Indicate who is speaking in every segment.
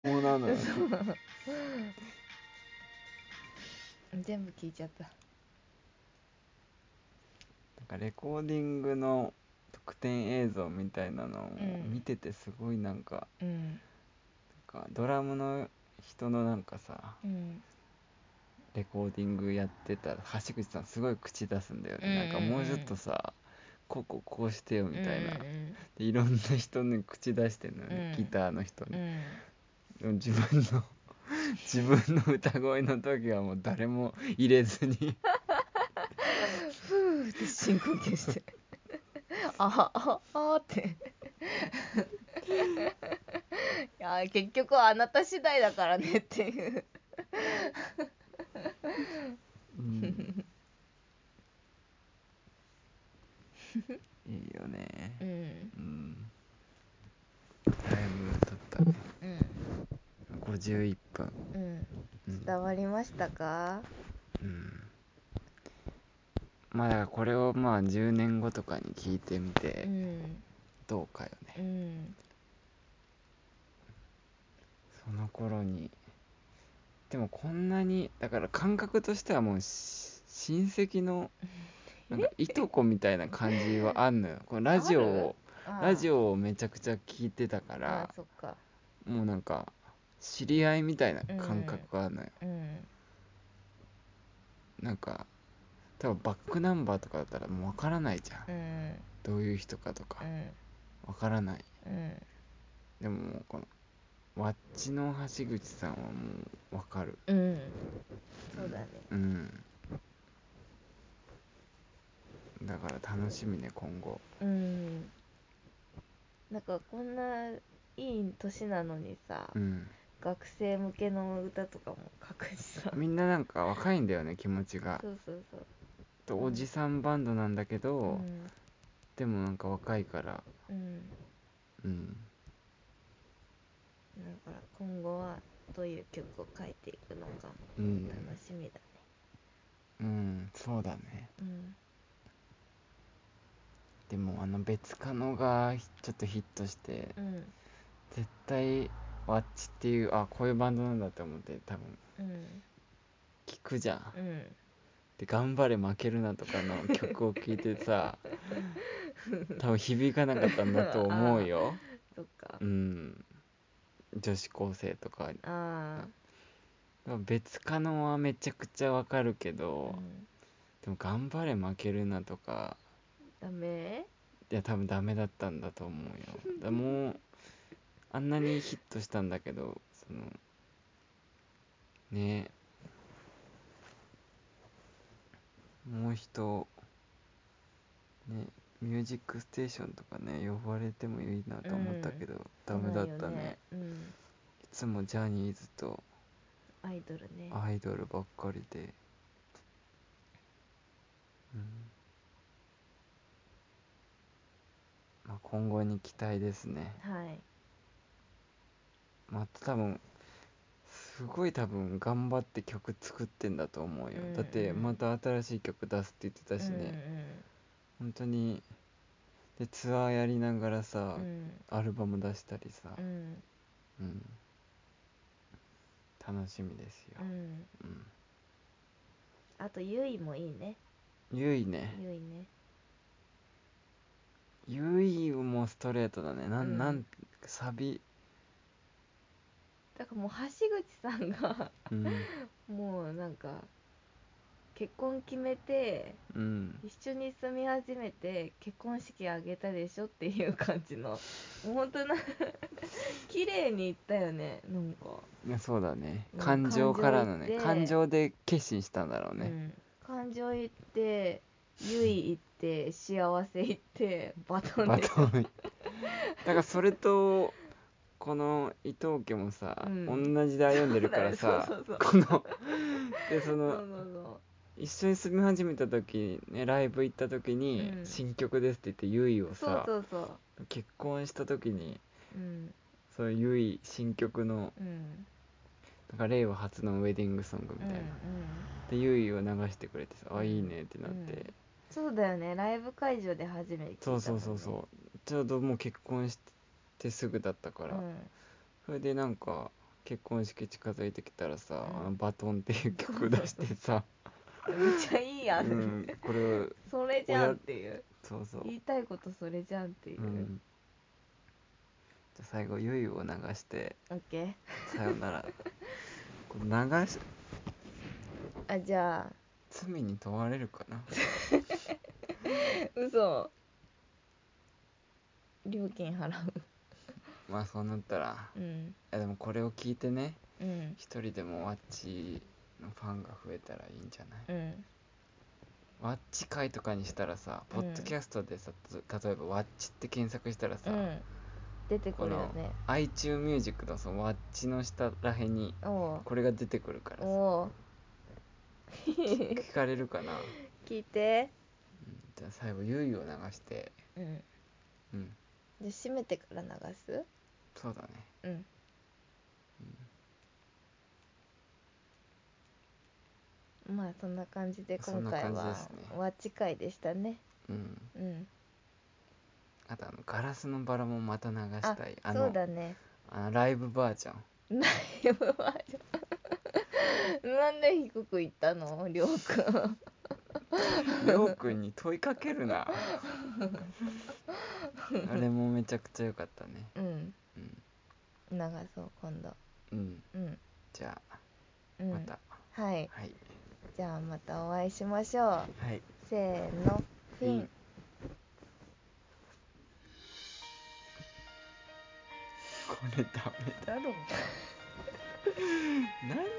Speaker 1: 全部聞いちゃった
Speaker 2: なんかレコーディングの特典映像みたいなのを
Speaker 1: うん
Speaker 2: 見ててすごいなんか,、
Speaker 1: うん
Speaker 2: なんかドラムの人のなんかさ
Speaker 1: うん
Speaker 2: レコーディングやってたら橋口さんすごい口出すんだよね、なんか
Speaker 1: うんうんう
Speaker 2: も
Speaker 1: ん
Speaker 2: うちょっとさこうこうこうしてよみたいな、
Speaker 1: うんうん
Speaker 2: でいろんな人に口出してるのね、
Speaker 1: うん
Speaker 2: ギターの人
Speaker 1: う
Speaker 2: に、
Speaker 1: ん
Speaker 2: でも自分の 自分の歌声の時はもう誰も入れずに
Speaker 1: ふーって深呼吸して あはああって いやー結局はあなた次第だからねっていう
Speaker 2: うん いいよね
Speaker 1: うん
Speaker 2: うんだいぶ経ったね
Speaker 1: うん
Speaker 2: 51分
Speaker 1: うん
Speaker 2: うん
Speaker 1: 伝わりましたか
Speaker 2: うんまあだからこれをまあ10年後とかに聞いてみ
Speaker 1: う
Speaker 2: て
Speaker 1: ん
Speaker 2: どうかよ
Speaker 1: う
Speaker 2: ね
Speaker 1: ん
Speaker 2: その頃にでもこんなにだから感覚としてはもうし親戚の なんかいとこみたいな感じはあんのよこのラジオをラジ
Speaker 1: オ
Speaker 2: オをめちゃくちゃ聞いてたか
Speaker 1: あ
Speaker 2: ら
Speaker 1: ーそっか
Speaker 2: もうなんか知り合いみたいな感覚があるのよ、
Speaker 1: うん
Speaker 2: なんか多分バックナンバーとかだったらもうわからないじゃん、
Speaker 1: うん
Speaker 2: どういう人かとか
Speaker 1: うん
Speaker 2: わからない
Speaker 1: うん
Speaker 2: でももうこのわっちの橋口さんはもうわかる
Speaker 1: うんそうだね
Speaker 2: うんだから楽しみね今後
Speaker 1: うんなんかこんないい年なのにさ、
Speaker 2: うん
Speaker 1: 学生向けの歌とかも書くしさ
Speaker 2: みんななんか若いんだよね気持ちが
Speaker 1: そうそうそう
Speaker 2: とおじさんバンドなんだけど、
Speaker 1: うん
Speaker 2: でもなんか若いから
Speaker 1: うん
Speaker 2: うん
Speaker 1: だから今後はどういう曲を書いていくのかも
Speaker 2: うん
Speaker 1: 楽、しみだね
Speaker 2: うん、そうだね
Speaker 1: うん
Speaker 2: でもあの別カノがひちょっとヒットして
Speaker 1: うん
Speaker 2: 絶対ワッチっていうあこういうバンドなんだって思って多分
Speaker 1: うん
Speaker 2: 聞くじゃん
Speaker 1: うん
Speaker 2: で「頑張れ負けるな」とかの 曲を聴いてさ多分響かなかったんだと思うよ
Speaker 1: そっか
Speaker 2: うん女子高生とか
Speaker 1: あ
Speaker 2: 別カノはめちゃくちゃわかるけ
Speaker 1: あ、う
Speaker 2: ど、
Speaker 1: ん、
Speaker 2: でも「頑張れ負けるな」とか
Speaker 1: ダメ
Speaker 2: いや多分ダメだったんだと思うよだからもうあんなにヒットしたんだけどそのねえもう人ねミュージックステーションとかね呼ばれてもいいなと思ったけど、ダメだった
Speaker 1: 来
Speaker 2: ね
Speaker 1: ないようん
Speaker 2: いつもジャニーズと
Speaker 1: アイドルね
Speaker 2: アイドルばっかりでうんまあ今後に期待ですね
Speaker 1: はい
Speaker 2: また多分すごい多分頑張って曲作ってんだと思うよ、
Speaker 1: うん
Speaker 2: だってまた新しい曲出すって言ってたしね、本当にでツアーやりながらさ
Speaker 1: う、んうん
Speaker 2: アルバム出したりさ
Speaker 1: う、ん
Speaker 2: うん楽しみですよ
Speaker 1: う、ん
Speaker 2: うん
Speaker 1: あとゆいもいいね
Speaker 2: ゆいね
Speaker 1: ゆいね
Speaker 2: ゆいもストレートだねな
Speaker 1: うん
Speaker 2: んなんサビ、
Speaker 1: だからもう橋口さんが
Speaker 2: うん
Speaker 1: もうなんか結婚決めて
Speaker 2: うん、
Speaker 1: 一緒に住み始めて結婚式あげたでしょっていう感じのもうほんとな 綺麗にいったよねなんか、
Speaker 2: いやそうだね
Speaker 1: うん
Speaker 2: 感情からのね
Speaker 1: 感
Speaker 2: 感
Speaker 1: 情
Speaker 2: 情で決心したんだろう
Speaker 1: う
Speaker 2: ね、
Speaker 1: ん、感情いってゆいいって幸せいってバトンで
Speaker 2: バトンだからそれとこの伊藤家もさ、
Speaker 1: うん
Speaker 2: 同じで歩んでるからさ
Speaker 1: そうそう
Speaker 2: このでそ
Speaker 1: そう
Speaker 2: の、
Speaker 1: そう
Speaker 2: 一緒に住み始めた時ねライブ行った時に、
Speaker 1: うん
Speaker 2: 新曲ですって言ってゆいを
Speaker 1: そうそう
Speaker 2: さ
Speaker 1: そうそう
Speaker 2: 結婚した時に
Speaker 1: うん
Speaker 2: そのゆい新曲の
Speaker 1: うん
Speaker 2: なんか令和初のウェディングソングみたいな、
Speaker 1: うんうん
Speaker 2: でゆいを流してくれてさ「あいいね」ってなっ
Speaker 1: うん
Speaker 2: て、
Speaker 1: そうだよねライブ会場で初めて聞いた
Speaker 2: そ
Speaker 1: もん
Speaker 2: う
Speaker 1: ね
Speaker 2: そうそうそうちょうどもう結婚してすぐだったから、
Speaker 1: うん
Speaker 2: それでなんか結婚式近づいてきたらさ「
Speaker 1: うん
Speaker 2: あのバトン」っていう曲出してさ、
Speaker 1: めっちゃいいや、
Speaker 2: うんん、これ
Speaker 1: それじゃんっていう
Speaker 2: そうそう、
Speaker 1: 言いたいことそれじゃんっていうう、
Speaker 2: ん、じゃあ最後「ゆい」を流して
Speaker 1: オッケー
Speaker 2: 「さよな ら」こう流し
Speaker 1: あじゃあ
Speaker 2: 罪に問われるかな
Speaker 1: 嘘料金 払う
Speaker 2: まあそうなったら
Speaker 1: うん
Speaker 2: いやでもこれを聞いてね
Speaker 1: うん
Speaker 2: 一人でもワッチのファンが増えたらいいんじゃない
Speaker 1: うん
Speaker 2: ワッチ会とかにしたらさ、
Speaker 1: う
Speaker 2: ポ
Speaker 1: ん
Speaker 2: ッドキャストでさつ例えば「ワッチ」って検索したら
Speaker 1: う
Speaker 2: さ、
Speaker 1: ん出てくるよね
Speaker 2: iTune ミュージックのそのワッチの下らへんに
Speaker 1: お
Speaker 2: これが出てくるから
Speaker 1: お
Speaker 2: さ
Speaker 1: お
Speaker 2: 聞聞かれるかな、うん
Speaker 1: う聞いて
Speaker 2: じゃあ最後「ゆい」を流して
Speaker 1: うん
Speaker 2: うん
Speaker 1: じゃあ閉めてから流す
Speaker 2: そうだね
Speaker 1: うんまあそんな感じで
Speaker 2: そんな
Speaker 1: 今回
Speaker 2: 感じ
Speaker 1: は
Speaker 2: ですね
Speaker 1: わっち会でしたね
Speaker 2: うん
Speaker 1: うん
Speaker 2: あとあの「ガラスのバラ」もまた流したいあ
Speaker 1: そう
Speaker 2: の
Speaker 1: だね
Speaker 2: あのライブバージョン
Speaker 1: やばい なんで低く言った のりょうくん
Speaker 2: りょうくんに問いかける なあれもめちゃくちゃ良かったね
Speaker 1: うん
Speaker 2: うん
Speaker 1: 流そう今度
Speaker 2: うん
Speaker 1: うん
Speaker 2: じゃあ
Speaker 1: うん
Speaker 2: また、
Speaker 1: はい
Speaker 2: はい
Speaker 1: じゃあまたお会いしましょう
Speaker 2: はい
Speaker 1: せーのフィ
Speaker 2: う
Speaker 1: ン、
Speaker 2: んこれダメだろ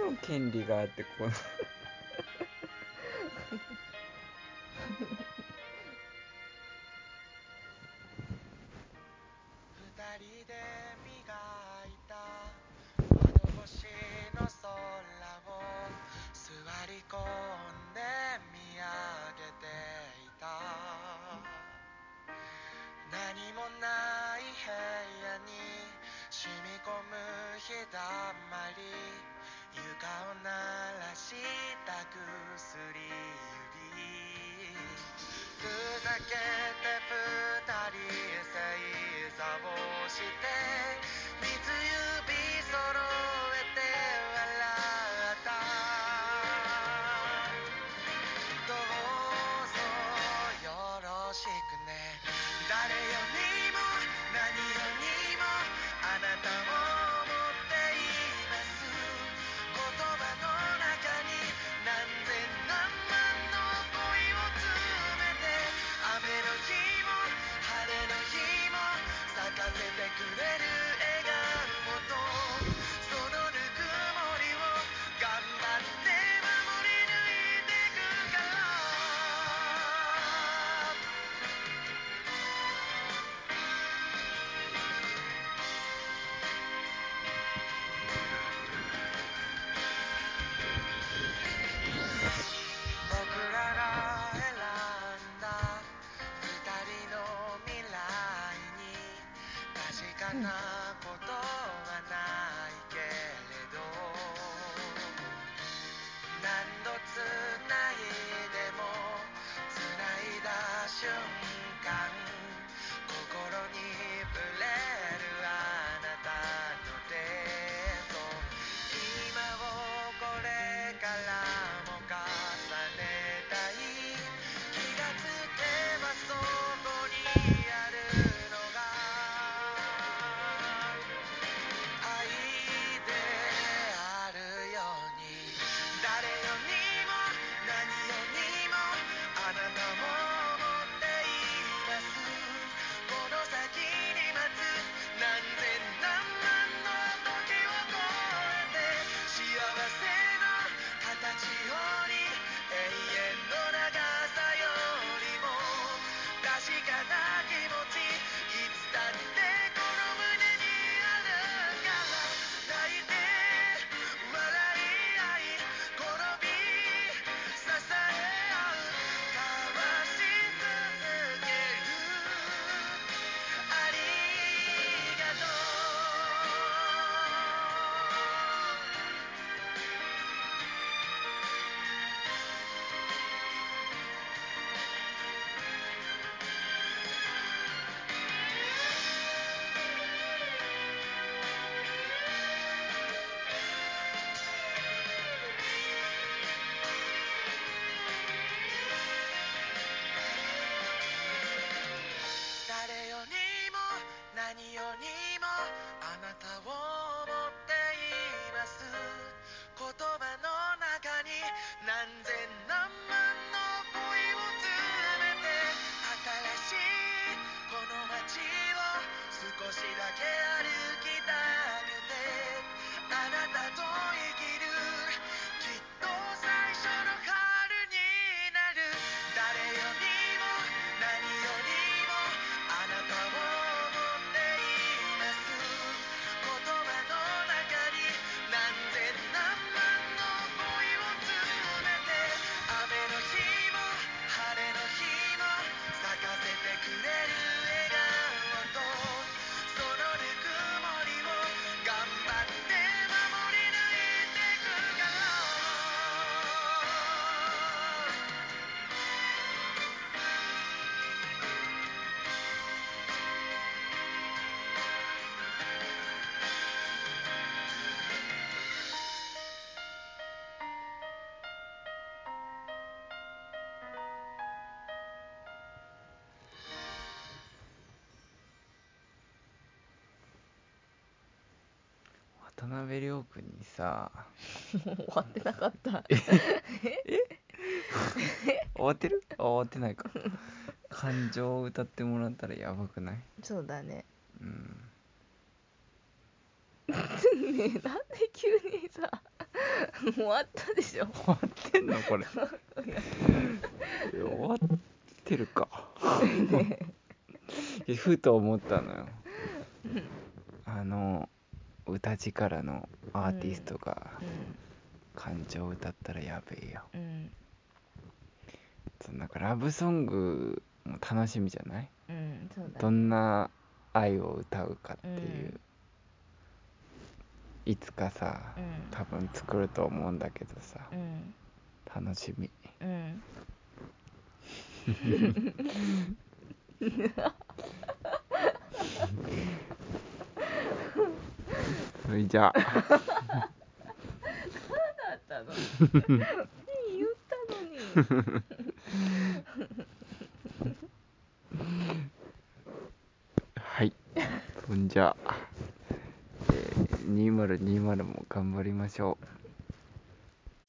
Speaker 2: 何の権利があってこの
Speaker 3: 二人で磨いた窓越しの空を座り込んで見上げていた何もない部屋に染み込む日だまり床を鳴らして
Speaker 2: ナベリオープンにさ
Speaker 1: もう終わってなかった
Speaker 2: 終わってるあ終わってないか感情を歌ってもらったらやばくない
Speaker 1: そうだね
Speaker 2: うん
Speaker 1: ねえなんで急にさ 終わったでしょ
Speaker 2: 終わってんのこれ終わってるか いやふと思ったのよあの歌力のアーティストが感情を歌ったらやべえよ、
Speaker 1: うんうん
Speaker 2: そうなんかラブソングも楽しみじゃない
Speaker 1: うんそうだ
Speaker 2: ど
Speaker 1: ね
Speaker 2: んな愛を歌うかっていう、いつかさ、
Speaker 1: うん
Speaker 2: 多分作ると思うんだけどさ、
Speaker 1: うん
Speaker 2: 楽しみ
Speaker 1: うん
Speaker 2: それじゃ あ
Speaker 1: だったの何言ったのに
Speaker 2: はいそんじゃあ、えー、2020も頑張りましょう